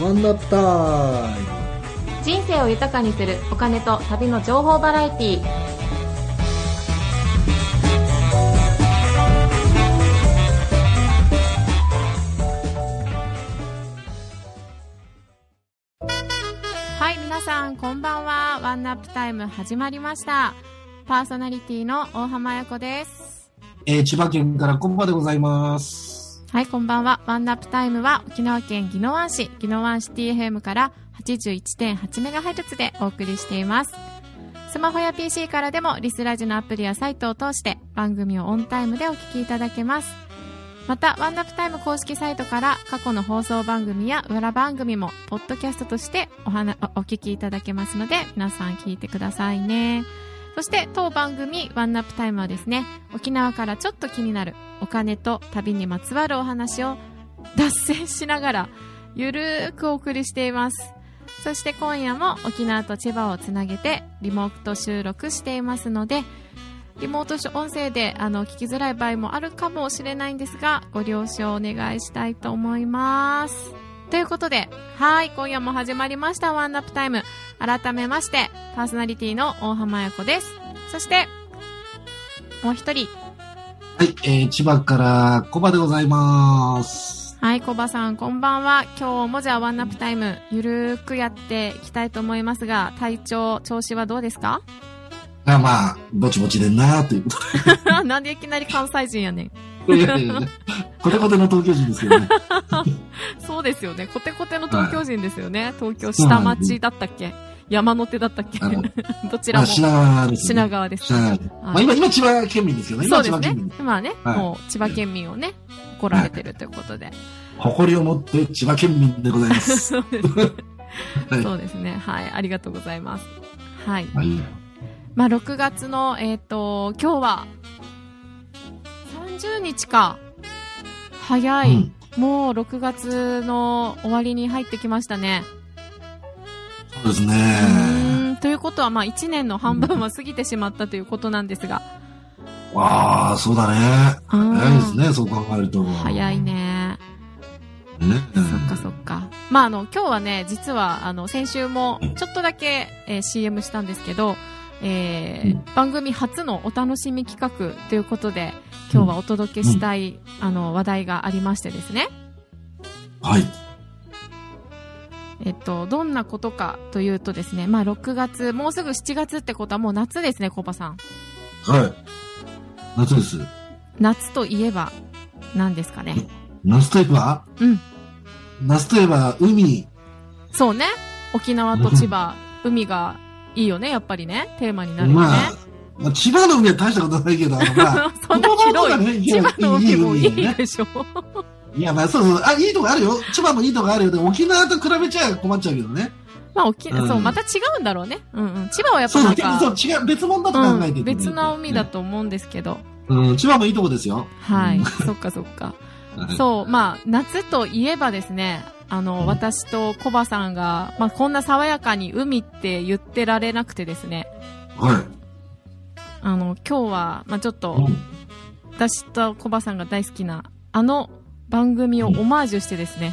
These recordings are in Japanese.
なんだったい人生を豊かにするお金と旅の情報バラエティーはい皆さんこんばんはワンナップタイム始まりましたパーソナリティの大浜彩子ですえー千葉県からこんばでございます。はいこんばんはワンナップタイムは沖縄県宜野湾市宜野湾シティ FM から81.8メガヘルツでお送りしていますスマホや PC からでもリスラジのアプリやサイトを通して番組をオンタイムでお聞きいただけますまたワンナップタイム公式サイトから過去の放送番組や裏番組もポッドキャストとしておはなおお聞きいただけますので皆さん聞いてくださいねそして当番組ワンナップタイムはですね沖縄からちょっと気になるお金と旅にまつわるお話を脱線しながらゆるーくお送りしていますそして今夜も沖縄と千葉をつなげてリモート収録していますのでリモート音声であの聞きづらい場合もあるかもしれないんですがご了承お願いしたいと思いますということではい今夜も始まりましたワンナップタイム改めましてパーソナリティの大浜彩子ですそしてもう一人はい、えー千葉からこんばでございます。はい、コバさん、こんばんは。今日もじゃあワンナップタイム、ゆるーくやっていきたいと思いますが、体調、調子はどうですか まあまあ、ぼちぼちでんなーというこなんでいきなり関西人やねん。とで。いやいやいやコテコテの東京人ですけどね。そうですよね。コテコテの東京人ですよね。東京下町だったっけ山手だったっけ あのどちらまもあ、品川です、ね。品川です。品川。まあはい今、今千葉県民ですけどね。そう今で千葉すね県民。。まあね、はいもう千葉県民をね、怒られてるということで。誇りを持って千葉県民でございま す。そうですね。はいそうですね。はい、ありがとうございます。はい。はい。まあ、6月の、えっ、と、今日は、30日か。早い。うんもう6月の終わりに入ってきましたね。そうですね。うーんということは、まあ、1年の半分は過ぎてしまったということなんですが。わあ、そうだね。あー早いですね、そう考えると。早い。ね。ね。そっかそっか。まあ、あの、今日はね、実は、あの、先週も、ちょっとだけ、えー CM したんですけど、えー番組初のお楽しみ企画ということで、今日はお届けしたい、あの、話題がありましてですね。はい。えっと、どんなことかというとですね、まあ、6月、もうすぐ7月ってことはもう夏ですね、コバさん。はい。夏です。夏といえば、何ですかね。夏といえばうん。夏といえば海。そうね。沖縄と千葉、海がいいよね、やっぱりね。テーマになるよね。、まあ、まあ、千葉の海は大したことないけど、あのまあ そんな広い。い。千葉の海もいいよね。でしょ。いや、まあそうそう。あ、いいとこあるよ。千葉もいいとこあるよ。でも沖縄と比べちゃ困っちゃうけどね。まあ、沖、うんそう、また違うんだろうね。うんうん。千葉はやっそうぱなんそう、か、そう違う、別物だと考えてる、うん、別な海だと。と思うんですけど。うん、千葉もいいとこですよ。はい。うんそっかそっか。はいそう、まあ、夏といえばですね、あうんの、私とコバさんが、まあ、こんな爽やかに海って言ってられなくてですね、はい。あの、今日は、まあ、ちょっと、うん私とコバさんが大好きな、あの番組をオマージュしてですね、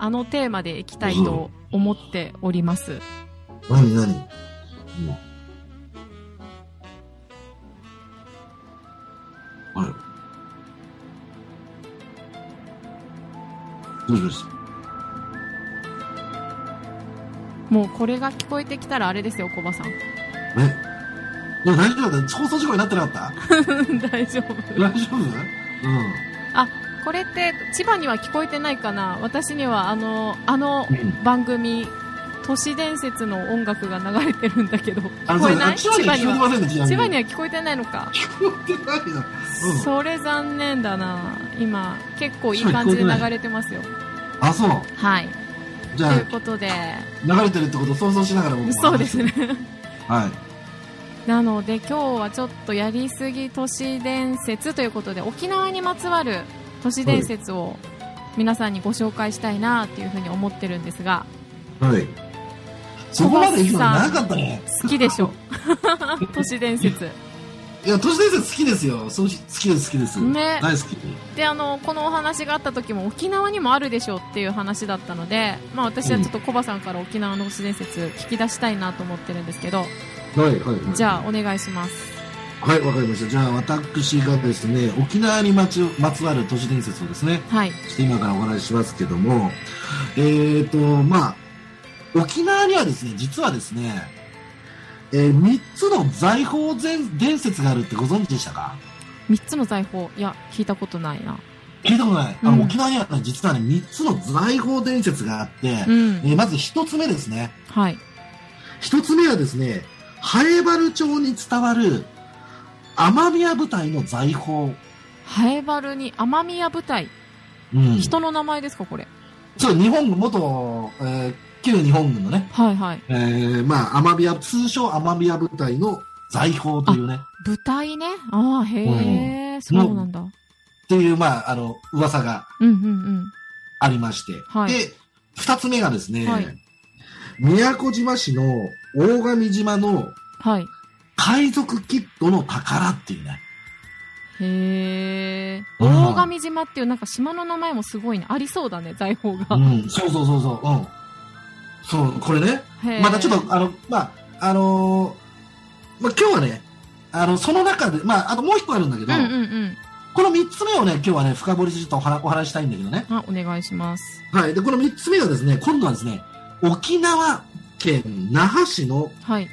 あのテーマでいきたいと思っております。何何うんはい。どうしましたもうこれが聞こえてきたらあれですよ、コバさん。えでも大丈夫だよ。放送事故になってなかった 大丈夫。大丈夫うん。これって、千葉には聞こえてないかな私には、あの、あのうん番組、都市伝説の音楽が流れてるんだけど、あ聞の、こそえうだなねい千千葉葉にには。は聞こえてませんね、ちなみ千葉には聞こえてないのか。聞こえてないな。うんそれ残念だな。今、結構いい感じで流れてますよ。あ、そう。はい。じとゃあい、うことで、流れてるってことを想像しながら僕もそうです。ね。はい。なので今日はちょっとやりすぎ都市伝説ということで沖縄にまつわる都市伝説を皆さんにご紹介したいなというふうに思ってるんですがはい。そこまで行くのなかったね。好きでしょ都市伝説いや、都市伝説好きですよ。そうし好きです、好きです。ね大好き。であのこのお話があった時も沖縄にもあるでしょうっていう話だったので、まあ、私はちょっとコバさんから沖縄の都市伝説聞き出したいなと思ってるんですけどはい、はい、はい。じゃあお願いしますはい、わかりました。じゃあ、私がですね、沖縄にまちまつわる都市伝説をですね、はいちょっと今からお話ししますけども、えーと、まあ、沖縄にはですね、実はですね、え3つの財宝伝伝説があるってご存知でしたか3つの財宝いや聞いたことないな聞いたことない。あうんの、沖縄にはね実はね、3つの財宝伝説があって、うんえーまず1つ目ですね。はい1つ目はですね、ハエバル町に伝わる、雨宮部隊の財宝。ハエバルに雨宮部隊うん人の名前ですかこれそう、日本軍、元、えー旧日本軍のね、はいはいえーまあ、アマビア、通称アマビア部隊の財宝というね、部隊ねああへえ、そうなんだっていう、まあ、あの、噂がうんうんうんありまして。はいで、二つ目がですね、はい宮古島市の大神島のはい海賊キットの宝っていうね。へえうん大神島っていうなんか島の名前もすごいねありそうだね財宝うが、ん、そうそうそうそう、うん。そう、これね、へーまたちょっと、あの、まあ、あのーまあ、今日はね、あの、その中で、まあ、あともう一個あるんだけど、うんうんうん。この3つ目をね、今日はね、深掘りしてちょっとお話お話したいんだけどね。あ、お願いします。はい。で、この3つ目がですね、今度はですね、沖縄県那覇市のはい。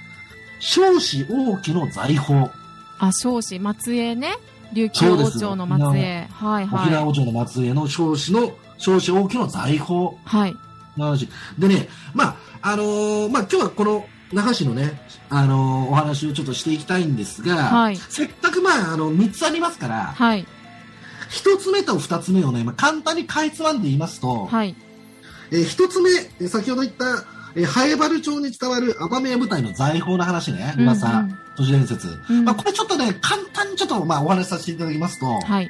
少子大きの財宝。あ、少子、松江ね。琉球そうで王すよ朝の松江。はい沖は縄い。王朝の末裔の少子の、少子大きの財宝はい。の話。でね、まあ、あのーまあ、今日はこの那覇市のね、あのーお話をちょっとしていきたいんですが、はいせっかくまあ、あの、3つありますから、はい。 1つ目と2つ目をね、まあ、簡単にかいつまんで言いますと、はい。えー一つ目、えー先ほど言った、えーハエバル町に伝わるアバメ部隊の財宝の話ね、今さ、うんうん都市伝説。うんまあ、これちょっとね、簡単にちょっと、まあ、お話しさせていただきますと、はい。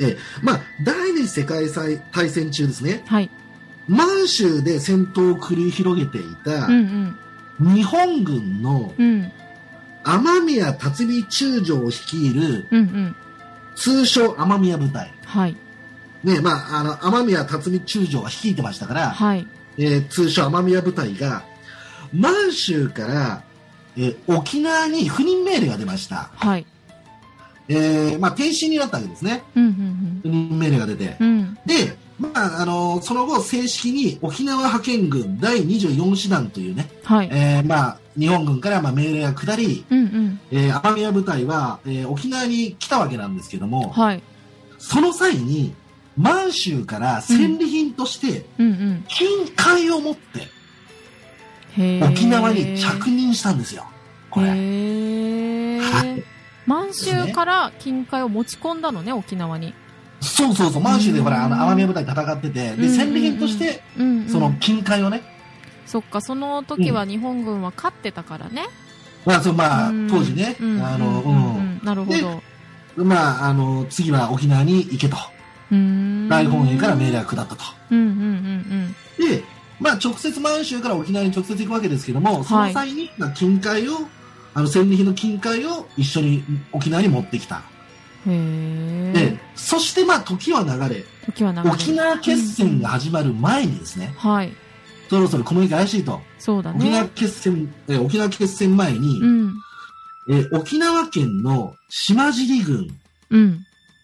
えーまあ、第二次世界大戦中ですね、はい。満州で戦闘を繰り広げていたうんうん。日本軍のうん。雨宮辰巳中将を率いるうんうん。通称雨宮部隊。はい。ね、まあ、あの、雨宮辰巳中将が率いてましたから、はい。えー通称雨宮部隊が満州から、えー沖縄に赴任命令が出ました、はい。えーまあ、転身になったわけですねうんう赴ん任命令が出て、うん。うん。で、まああのその後正式に沖縄派遣軍第24師団というね、はい。えーまあ、日本軍からまあ命令が下り、うんうん。えー、雨宮部隊は、えー沖縄に来たわけなんですけども、はい。その際に満州から戦利品としてうんうん。金塊を持ってへー沖縄に着任したんですよ、これ。へはいー満州から金塊を持ち込んだのね、沖縄に。そうそうそう、満州でほうんら、あの、奄美部隊戦ってて、で、戦利品として、うんうん。その、金塊をね、そっか、その時は日本軍は勝ってたからね。まあ、そう、まあうん、当時ね、うんあの、うんううんうんなるほど。ん。まあ、あの、次は沖縄に行けと。大大本営から命令が下ったと。うんうんうんで、まあ、直接満州から沖縄に直接行くわけですけども、その際に、まあ、金塊を、あの、戦利品の金塊を一緒に沖縄に持ってきた。うん。へでえ。、そして、まあ、時は流れ、時は流れる沖縄決戦が始まる前にですね、はい。そろそろこの駅怪しいと。そうだ沖縄ね。決戦、えー沖縄決戦前に、うん。えー沖縄県の島尻郡、うん。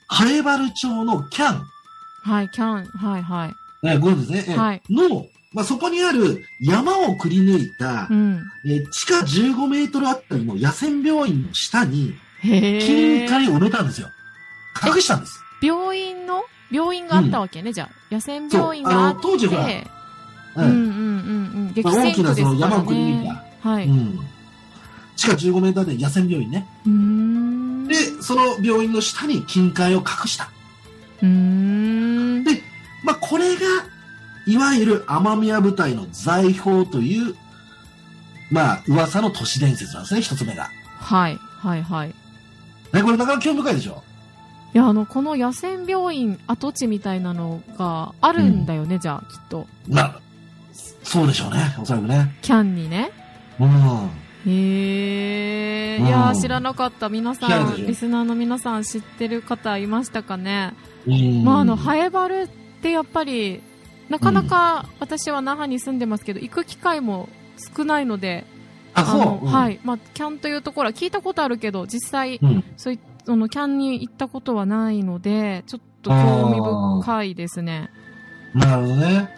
ハエバル町のキャン、はい、キャン。はいはい。えーご存知ですね、えーはいの、まあ、そこにある山をくり抜いたう、ん。えー地下15メートルあたりの野戦病院の下に、へ金え。塊を埋めたんですよ。隠したんです。病院の病院があったわけね、じゃあ。野戦病院があって。そうあの当時ほらううんうんんうんうん。激まあ戦大き区でなすそからのね。山をくり抜いた。。はいうん地下15メートルで野戦病院ね。うーん。で、その病院の下に金塊を隠した。うーん。で、まあ、これが、いわゆる雨宮部隊の財宝という、まあ、噂の都市伝説なんですね、一つ目が。はい。はいはい。ね、これなかなか興味深いでしょいや、あの、この野戦病院跡地みたいなのがあるんだよね、じゃあ、きっと。まあ、そうでしょうね、おそらくね。キャンにね。うん。へへえ、いやー知らなかった皆さ知らなんいでしょリスナーの皆さん知ってる方いましたかね、うんまああのハエバルってやっぱりなかなか私は那覇に住んでますけど、行く機会も少ないのであ、そうの、。うんは。いまあキャンというところは聞いたことあるけど実際うん。そういそのキャンに行ったことはないのでちょっと興味深いですねなるほどね。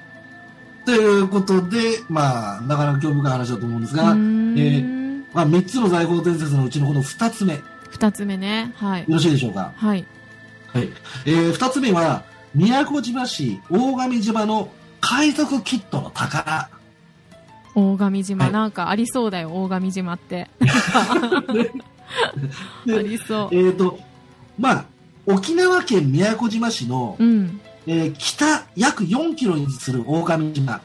ということで、まあ、なかなか興味深い話だと思うんですが、うーんまあ、3つの財宝伝説のうちのこの2つ目、よ二つ目ねはいろしいでしょうか。はいはい。えー、2つ目は、宮古島市大神島の海賊キットの宝。大神島、はいなんかありそうだよ大神島って あでりそうえ。ーと、まあ、沖縄県宮古島市の、うん。えー北約4キロに位置する大神島。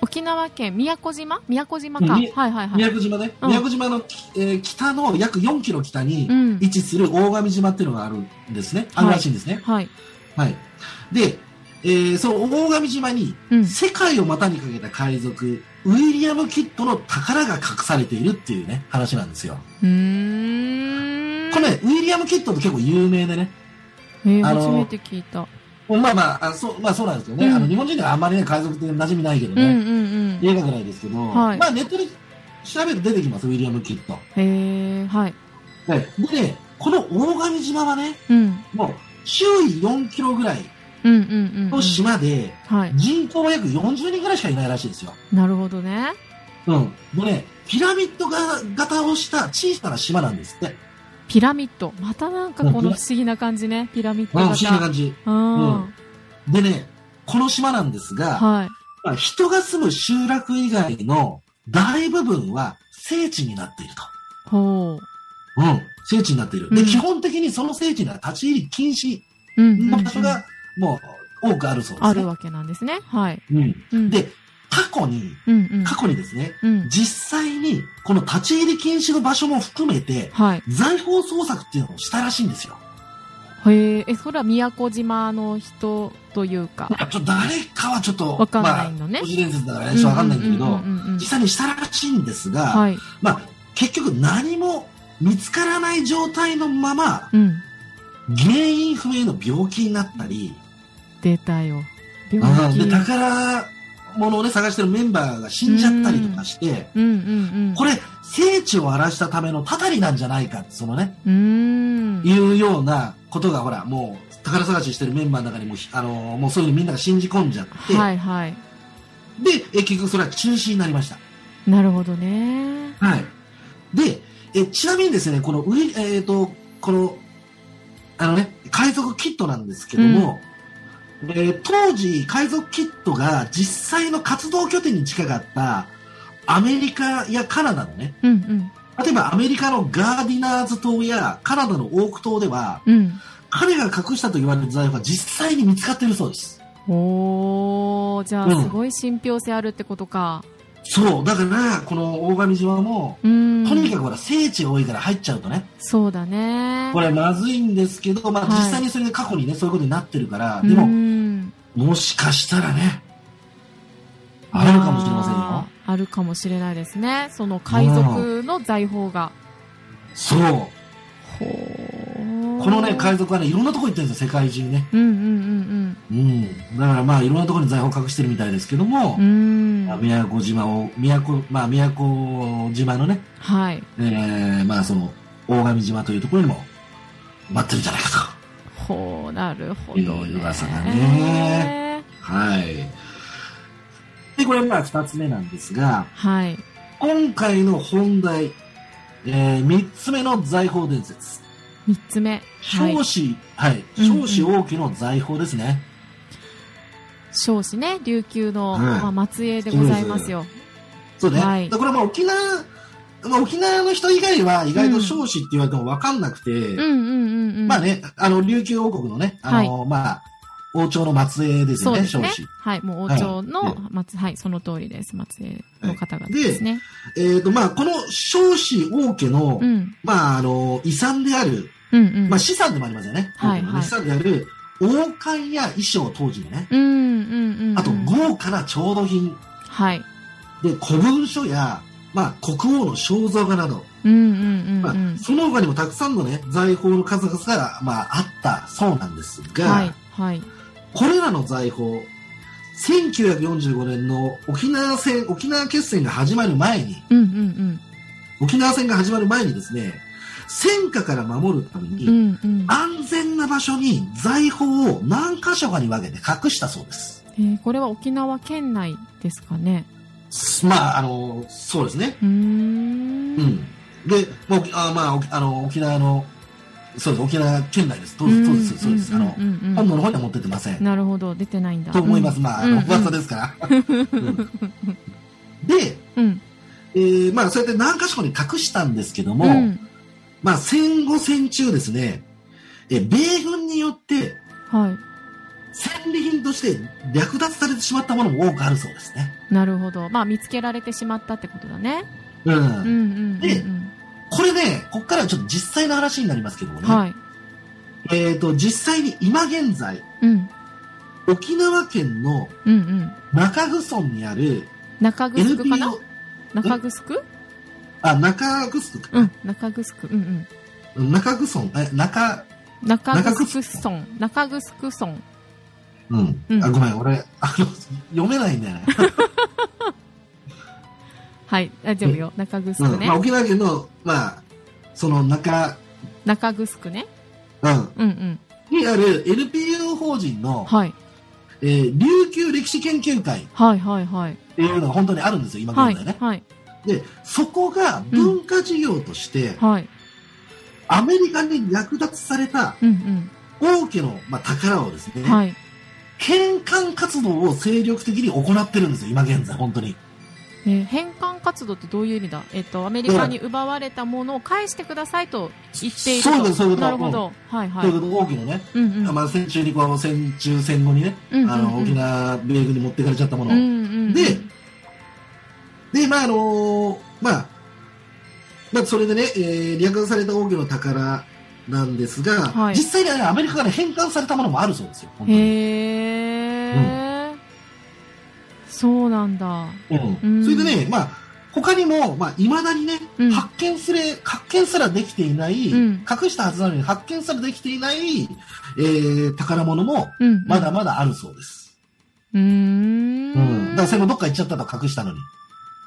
沖縄県宮古島宮古島か。うはんいはいはい。宮古島ね。うん宮古島の、えー北の約4キロ北にうん位。置する大神島っていうのがあるんですね。あるらしいんですね。はい。はい。で、えーその大神島にうん。世界を股にかけた海賊、ウィリアム・キッドの宝が隠されているっていうね、話なんですよ。うーん。これ、ね、ウィリアム・キッドって結構有名でね。えー、あの初めて聞いた。まあまあ、あそう、まあそうなんですけどね。うんあの、日本人ではあんまりね、海賊って馴染みないけどうんうんね。うん。映画ぐらいですけど、はいまあネットで調べると出てきます、ウィリアム・キッド。へえ、はい。はい。でね、この大神島はね、うん。もう、周囲4キロぐらいうんうんうんうのん。島で、はい。人口は約40人ぐらいしかいないらしいですよ。なるほどね。うん。でね、ピラミッドが型をした小さな島なんですって。ピラミッド。またなんかこの不思議な感じね。ピラミッド不思型。議な感じ。うん。でね、この島なんですが、はい。まあ人が住む集落以外の大部分は聖地になっていると。ほうん。聖地になっている。で、うん基本的にその聖地には立ち入り禁止う。うんうん、うのん。場所がもう多くあるそうです、ね。あるわけなんですね。はい。うん。うん。で、過去に、うんうん。過去にですね、うん。実際にこの立ち入り禁止の場所も含めて、はい。財宝捜索っていうのをしたらしいんですよ。へえ、え、それは宮古島の人というか。ちょっと誰かはちょっと、わかんないまのあ、ね都。市伝説だからね、ちょっとわかんないんだけうどう、んうんうんうん実際にしたらしいんですが、はい。まあ、結局何も見つからない状態のまま、うん。原因不明の病気になったり、出たよ。う病ん気。で、宝物をね、探してるメンバーが死んじゃったりとかして、うんうんうん。これ、聖地を荒らしたためのたたりなんじゃないかって、そのね、うーん。いうようなことが、ほら、もう、宝探ししてるメンバーの中にも、ひあのーもうそういうのみんなが信じ込んじゃって、はいはい。で、え結局それは中止になりました。なるほどね。はい。で、え、ちなみにですね、この、ウィえっ、と、この、あのね、海賊キットなんですけども、えー当時、海賊キットが実際の活動拠点に近かった、アメリカやカナダのね、うん例えばアメリカのガーディナーズ島やカナダのオーク島では、うん。彼が隠したと言われる財宝が実際に見つかっているそうです。うん。おー、じゃうんあすごい信憑性あるってことか。そう、だから、この大神島も、うーん。とにかくほら、聖地が多いから入っちゃうとね、そうだね。これまずいんですけど、まあ、はい実際にそれで過去にね、そういうことになってるから、うでーも、ん。もしかしたらね、あるかもしれませんあよ。ー。あるかもしれないですね。その海賊の財宝が。そう。ほー。このね、海賊はね、いろんなとこ行ってるんですよ、世界中ね。うんうんうん。だからまあ、いろんなとこに財宝隠してるみたいですけどもうんう、ん。うまあーん。宮古島を、宮古、まあ、宮古島のね、はい。えー、まあ、その、大神島というところにも、待ってるんじゃないかと。ほう、なるほど、ね。いろいろ噂がね。はい。で、これまあ、二つ目なんですが、はい。今回の本題、えー、三つ目の財宝伝説。三つ目。はい少。子、はい、うんう少ん子王家の財宝ですね。少子ね、琉球の、はいまあ、末裔でございますよ。そうね。はいだからまあ沖縄、まあ、沖縄の人以外は意外と少子って言われてもわかんなくて、うんうんうんうん。まあ。ね、あの、琉球王国のね、あの、まあ、王朝の末裔ですそようね、です少ね子。。はい。もう王朝はいので末、はい、その通りです。末裔の方々ですね。えっ、と、まあ、この少子王家の、うん。まあ、あの、遺産である、うんうん。まあ、資産でもありますよね。は王家いのねはい資産である、王冠や衣装当時のね、うんうんうんうん。あと豪華な調度品、はい。で、古文書やまあ、国王の肖像画など、うんうんまあうん、その他にもたくさんのね、財宝の数々が、まあ、あったそうなんですうん。が、はい、はい。これらの財宝、1945年の沖縄戦、沖縄決戦が始まる前に、うんうん沖縄戦が始まる前にですね、戦火から守るために、うん。うんうん。安全な場所に財宝を何箇所かに分けて隠したそうです。えー、これは沖縄県内ですかね。まあ、あの、そうですね。ううー。んん。で、まあ、沖あまあ沖あの、沖縄の、そうです、沖縄県内です。そううんでんす、んそうんです、そうです。あの、うん本土の方には持ってってません。なるほど、出てないんだ。と思います。まあ、あの、うんうん噂ですから。うんで、うん。えーまあ、そうやって何箇所かに隠したんですけども、うん、まあ、戦後戦中ですね、えー米軍によっては戦利品として略奪されてしまったものも多くあるそうですね。い。なるほど。まあ、見つけられてしまったってことだね。うん。うんうんうん、でうん。これね、こっからはちょっと実際の話になりますけどもね、はい。えっ、と、実際に今現在、うん。沖縄県のうんうん。中城村にある中城区かな NPO、中城区あ、中城区うかん。中城区。うん中城村、え、中、うん。中中城村。中城村。うん。うんあ、ごめん、俺、あの、 読めないんだよね。はい。大丈夫よ。中城う区ん。まあ、ね。沖縄県の、まあ、その中、中城区ね。うん。うんうん。にある NPO 法人の、はい。えー琉球歴史研究会っはいはいはい。ていうのが本当にあるんですよ、今はい。現在ね。はい。で、そこが文化事業として、はい。アメリカに略奪されたうん王家の、まあ、宝をですうね、ん。はい。返還活動を精力的に行ってるんですよ、今現在、本当に。えー返還活動ってどういう意味だえっ、と、アメリカに奪われたものを返してくださいと言っていると。そうですそういうことなるほど。はいはとい。いううこんとで、王家のね、うん。うんまあ、戦中にこう、戦中戦後にね、うん。あの、うん沖縄米軍に持ってかれちゃったものを。うんうん。でで、まあ、あのーまあ、まあ、それでね、えー略奪された王家の宝なんですが、はい実際にはねアメリカから返還されたものもあるそうですよ、本当に。へえ、そうなんだ。ううんん、それでね、まあ、他にも、まあ、未だにね、うん発見すれ、発見すらできていない、うん隠したはずなのに発見すらできていない、えー宝物も、うん。まだまだあるそうです。うーん。うん。だからそれもどっか行っちゃったと隠したのに。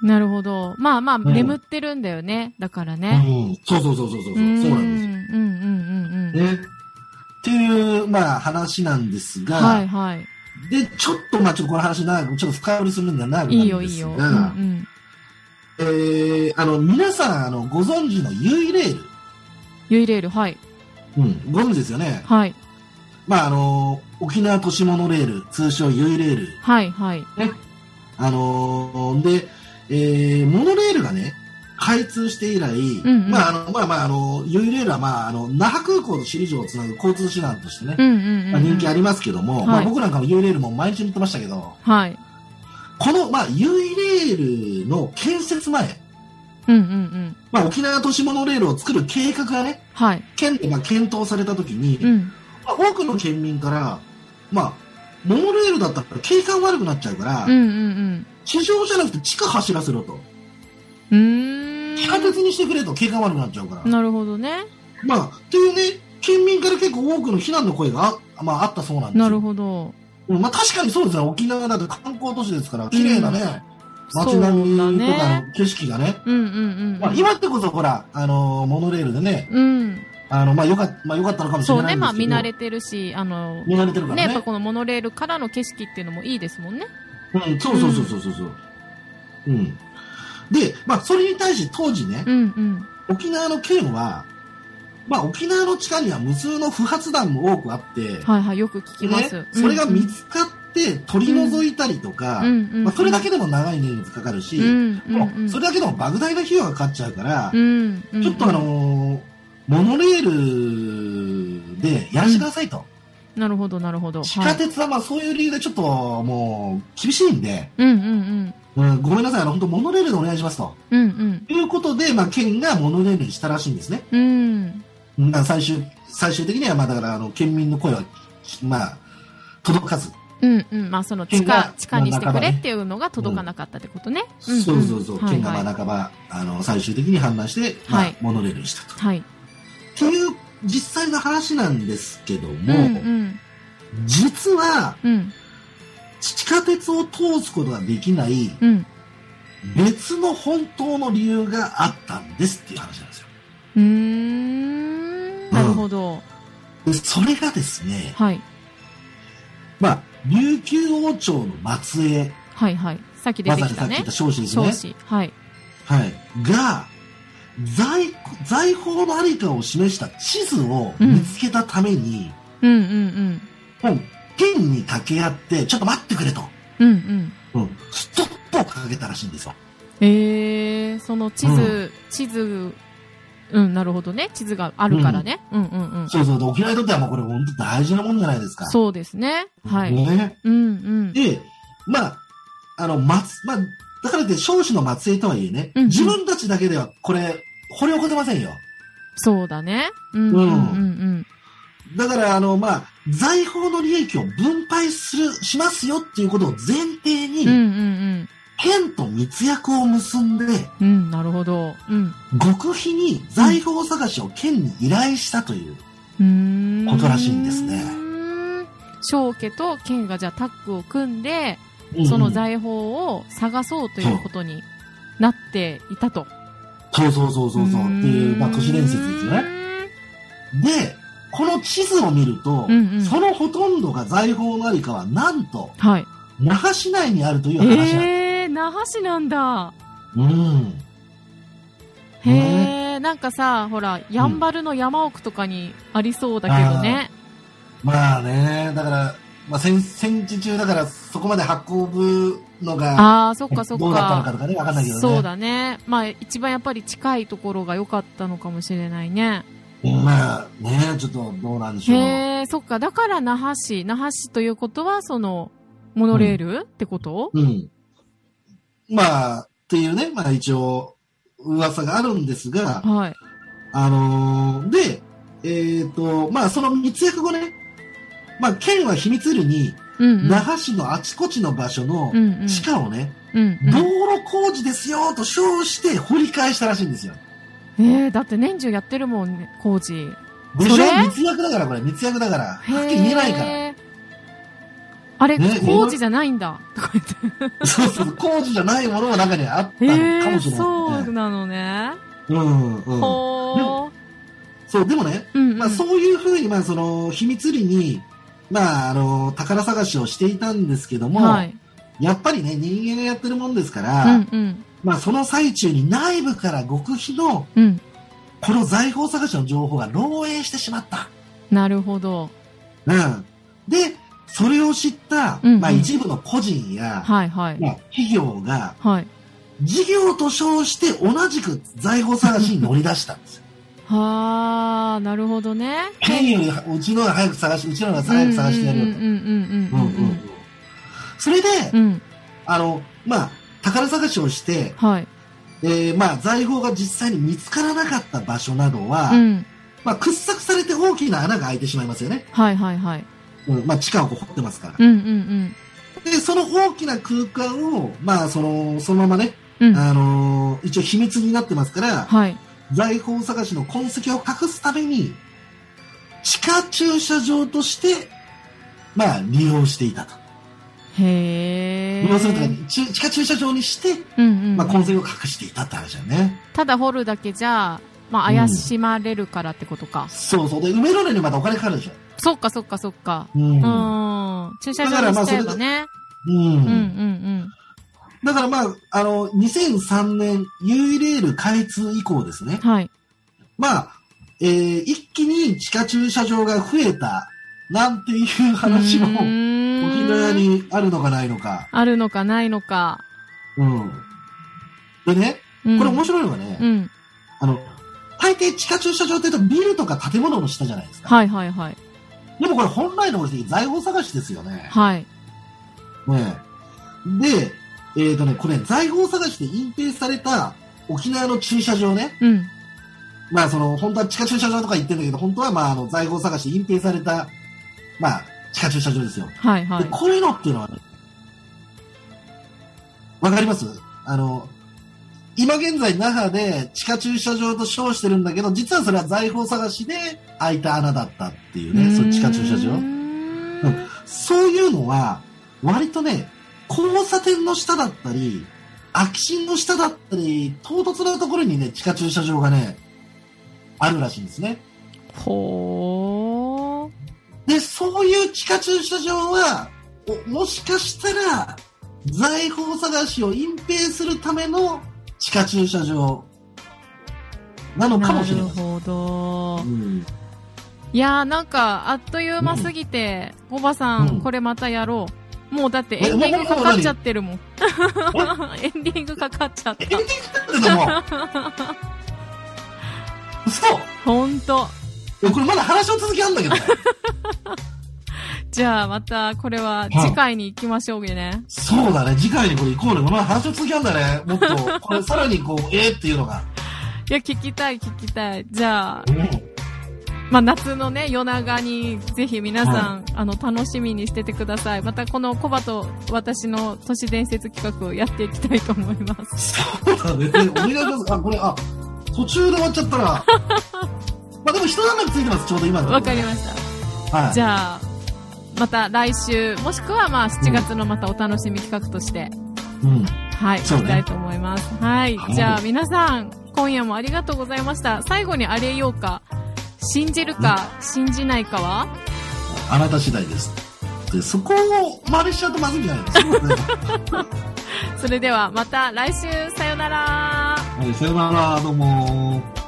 なるほど。まあまあ、ん眠ってるんだよね。だからうね。ん。そうそうそうそうそう。そうーなんですよ。うんうんうんうん。ね。っていう、まあ、話なんですが、はいはい。で、ちょっと、まあ、ちょっとこの話長く、ちょっと深掘りするんだ長くいないるよんでいいすよ。うんうが、ん。えー、あの、皆さん、あの、ご存知のユイレール。ユイレール、はい。うん、ご存知ですよね。はい。まあ、あの、沖縄都市モノレール、通称ユイレール。はいはい。あので、えー、モノレールがね、開通して以来、んうんまあ、あの、まあ、まあ、あの、ユイレールは、まあ、あの、那覇空港と首里城をつなぐ交通手段としてね、うんうんうん。まあ、人気ありますけども、はいまあ、僕なんかもユイレールも毎日乗ってましたけど、はい。この、まあ、ユイレールの建設前、うんうんうん。まあ、沖縄都市モノレールを作る計画がね、はい。県でまあ検討されたときに、うん。まあ、多くの県民から、まあ、モノレールだったら景観悪くなっちゃうから、うんうん地上じゃなくて地下走らせろと。うん。うーん。地下鉄にしてくれと景観悪くなっちゃうから。なるほどね。まあ、というね、県民から結構多くの非難の声があ,、まあ、あったそうなんですよ。なるほど。うんまあ確かにそうですね、沖縄だと観光都市ですから、綺麗なね、街並みそうとだかね。の景色がね、うんうんうんうん。まあ、今ってこそほら、あのーモノレールでね、うん。あの、まあよかっ、まあよかったのかもしれそうなね、いんでますあけど、見慣れてるし、あの、ね、見慣れてるからね。やっぱこのモノレールからの景色っていうのもいいですもんね。うん、そうそうそうそうそうそう。うん。で、まあ、それに対し当時ねう、んうん。沖縄の県は、まあ、沖縄の地下には無数の不発弾も多くあって、はいはい、よく聞きまねす。うんそれが見つかって取り除いたりとか、うんうん。まあ、それだけでも長い年月かかるし、うんうんうもん。うそれだけでも莫大な費用がかかっちゃうから、うんうん。ちょっとあのーモノレールでやらせてくださいと。なるほど、なるほど。地下はい鉄はまあそういう理由でちょっともう厳しいんで、うんうんうん。うん、ごめんなさい、あの本当モノレールでお願いしますと。うんうん。ということで、まあ、県がモノレールにしたらしいんですね。うん。うんだから最終、最終的には、まあ、だから、あの、県民の声は、まあ、届かず。うんうん。まあ、その地県下が、地下にしてくれ真ん中だねっていうのが届かなかったってことね。んんそうそうそう、はい県がはい真ん中ば、あの、最終的に判断して、まあはいモノレールにしたと。はい。っていう実際の話なんですけどうも、んうん。実はうん地下鉄を通すことができないうん。別の本当の理由があったんですっていう話なんですよ。うーん。なるほど。でそれがですね、はい。まあ、琉球王朝の末裔、はいはい。さっき出まてさきにさたっき言ねった。少子ですね少。子。はい。はい。が、財、財宝のありかを示した地図を見つけたために、うんうんもう、天に掛け合って、ちょっと待ってくれと。うん。うんうん。うん。ストップをかけたらしいんですよ。えー、その地図、う地図、うん、なるほどね。地図があるからね。うん、うん、うん。そうそう。で沖縄にとってはもうこれ本当大事なもんじゃないですか。そうですね。はい。ね。うん、うん。で、まあ、あの、松、まあ、だからって少子の末裔とはいえね、うんうん自分たちだけではこれ、掘り起こせませんよ。そうだね。うん、うん、うん、だから、あの、まあ、財宝の利益を分配する、しますよっていうことを前提に、うん。うん、うん、県と密約を結んで、うん。うん、なるほど。うん。極秘に財宝探しを県に依頼したという。うーん。ことらしいんですねうーん。小家と県がじゃあタッグを組んで、その財宝を探そうということになっていたと。そうそうそうそうそう。っていう、まあ、都市伝説ですよね。ね。で、この地図を見ると、うんうんそのほとんどが財宝のありかは、なんと、はい。那覇市内にあるという話なんです。えー、那覇市なんだ。うん。へえ、なんかさ、ほら、やんばるの山奥とかにありそうだけどね。まあね、だから、まあ戦、戦時中だから、そこまで運ぶのが、ああー、そっかそっどうだったのかか。とかね、わかんないけどね。そうだね。まあ、一番やっぱり近いところが良かったのかもしれないね。まあね、ちょっとどうなんでしょう。へえ、そっか。だから那覇市。那覇市ということは、その、モノレールってことうん。まあ、っていうね、まあ一応、噂があるんですが、はい。あのーで、えっ、と、まあその密約後ね、まあ県は秘密裏に、うんうん。那覇市のあちこちの場所のうんうん。地下をね、うんうん道路工事ですよと称して掘り返したらしいんですよ。えー、だって年中やってるもん、ね、工事。でしょそれ密約だからこれ、密約だから。へーはっきり言えないかあれ、ね工事じゃないんだ。とか言って。ら。そうそう、工事じゃないものも中にあったのかへもえ、しれそないうね。なのね。うん、うん。ほー。そう、でもね、うん、うん。まあそういうふうに、まあその、秘密裏に、まああの、宝探しをしていたんですけども、はい。やっぱりね、人間がやってるもんですから、うん、うん。まあその最中に内部から極秘の、うん。この財宝探しの情報が漏洩してしまった。なるほど。うん。で、それを知った、うんうんまあ一部の個人や、はい、はい。まあ企業が、はい。事業と称して同じく財宝探しに乗り出したん ですよ。はー、なるほどね。県よりはうちのが早く探し、うちのが早く探してやるうん、ようと。ん、うん、ううんんうんうんそれで、うん。うん。あの、まあ、宝探しをして、はい。えーまあ、財宝が実際に見つからなかった場所などは、うん。まあ、掘削されて大きな穴が開いてしまいますよね。はい、はい、はい。うん、まあ、地下をこう掘ってますから。うん、うん、で、その大きな空間を、まあ、その、そのままね、うん。うん。あのー一応秘密になってますから、はい。財宝探しの痕跡を隠すために、地下駐車場として、まあ、利用していたと。へー。利用するとか、ち地下駐車場にして、うん、うん。まあ、痕跡を隠していたって話だよね。ただ掘るだけじゃ、まあ、うん怪しまれるからってことか。そうそう。で、埋めるのにまたお金かかるでしょ。そっかそっかそっか。うんう。ん。駐車場にしちゃえばね。うん。うんうんだからまあ、あの、2003年、ユイレール開通以降ですねうん。。はい。まあ、えー一気に地下駐車場が増えた、なんていう話も、う沖ーん縄にあるのかないのか。あるのかないのか。うん。でね、うんこれ面白いのがね、うん。あの、大抵地下駐車場って言うとビルとか建物の下じゃないですか。はいはいはい。でもこれ本来の目的、財宝探しですよね。はい。ねで、えっ、とね、これ財宝探しで隠蔽された沖縄の駐車場ね。うん。まあその、本当は地下駐車場とか言ってんだけど、本当はまああの財宝探しで隠蔽された、まあ、地下駐車場ですよ。はいはでい。こういうのっていうのはね、わかりますあの、今現在那覇で地下駐車場と称してるんだけど、実はそれは財宝探しで開いた穴だったっていうね、そういう地下駐車うー場。んうんそういうのは、割とね、交差点の下だったり、空き地の下だったり、唐突なところにね、地下駐車場がね、あるらしいんですね。ほで、そういう地下駐車場は、おもしかしたら、財宝探しを隠蔽するための地下駐車場なー。のかなもしれるません。ほどう。ん、いやーなんか、あっという間すぎて、おばさうんん、これまたやろう。もうだってエンディングかかっちゃってるもん。 エンディングかかっちゃっエンたディン。グなんての も、そうほんと。いやこれまだ話の続きあんだけどね、じゃあまた、これは次回に行きましょうね。そうだね、次回にこれ行こうね。この話の続きあんだね。もっと、これさらにこう、 えーっていうのが。いや、聞きたい、聞きたい。じゃあ、うんまあ、夏のね、夜長に、ぜひ皆さん、あの、楽しみにしててください。また、このコバと私の都市伝説企画をやっていきたいと思います。そうだね。お願いします。あ、これ、あ、途中で終わっちゃったら。まあでも人段落ついてます、ちょうど今の。わかりました。はい。じゃあ、また来週、もしくはまあ7月のまたお楽しみ企画として、うん。はい、そう行ねきたいと思います。はいは。いじゃあ皆さん、今夜もありがとうございました。最後にあれ言おうか、信じるか、信じないかはあなた次第です。で、そこを真似しちゃうとまずいんじゃないですか。 それではまた来週、さよなら。はい、さよなら、どうも。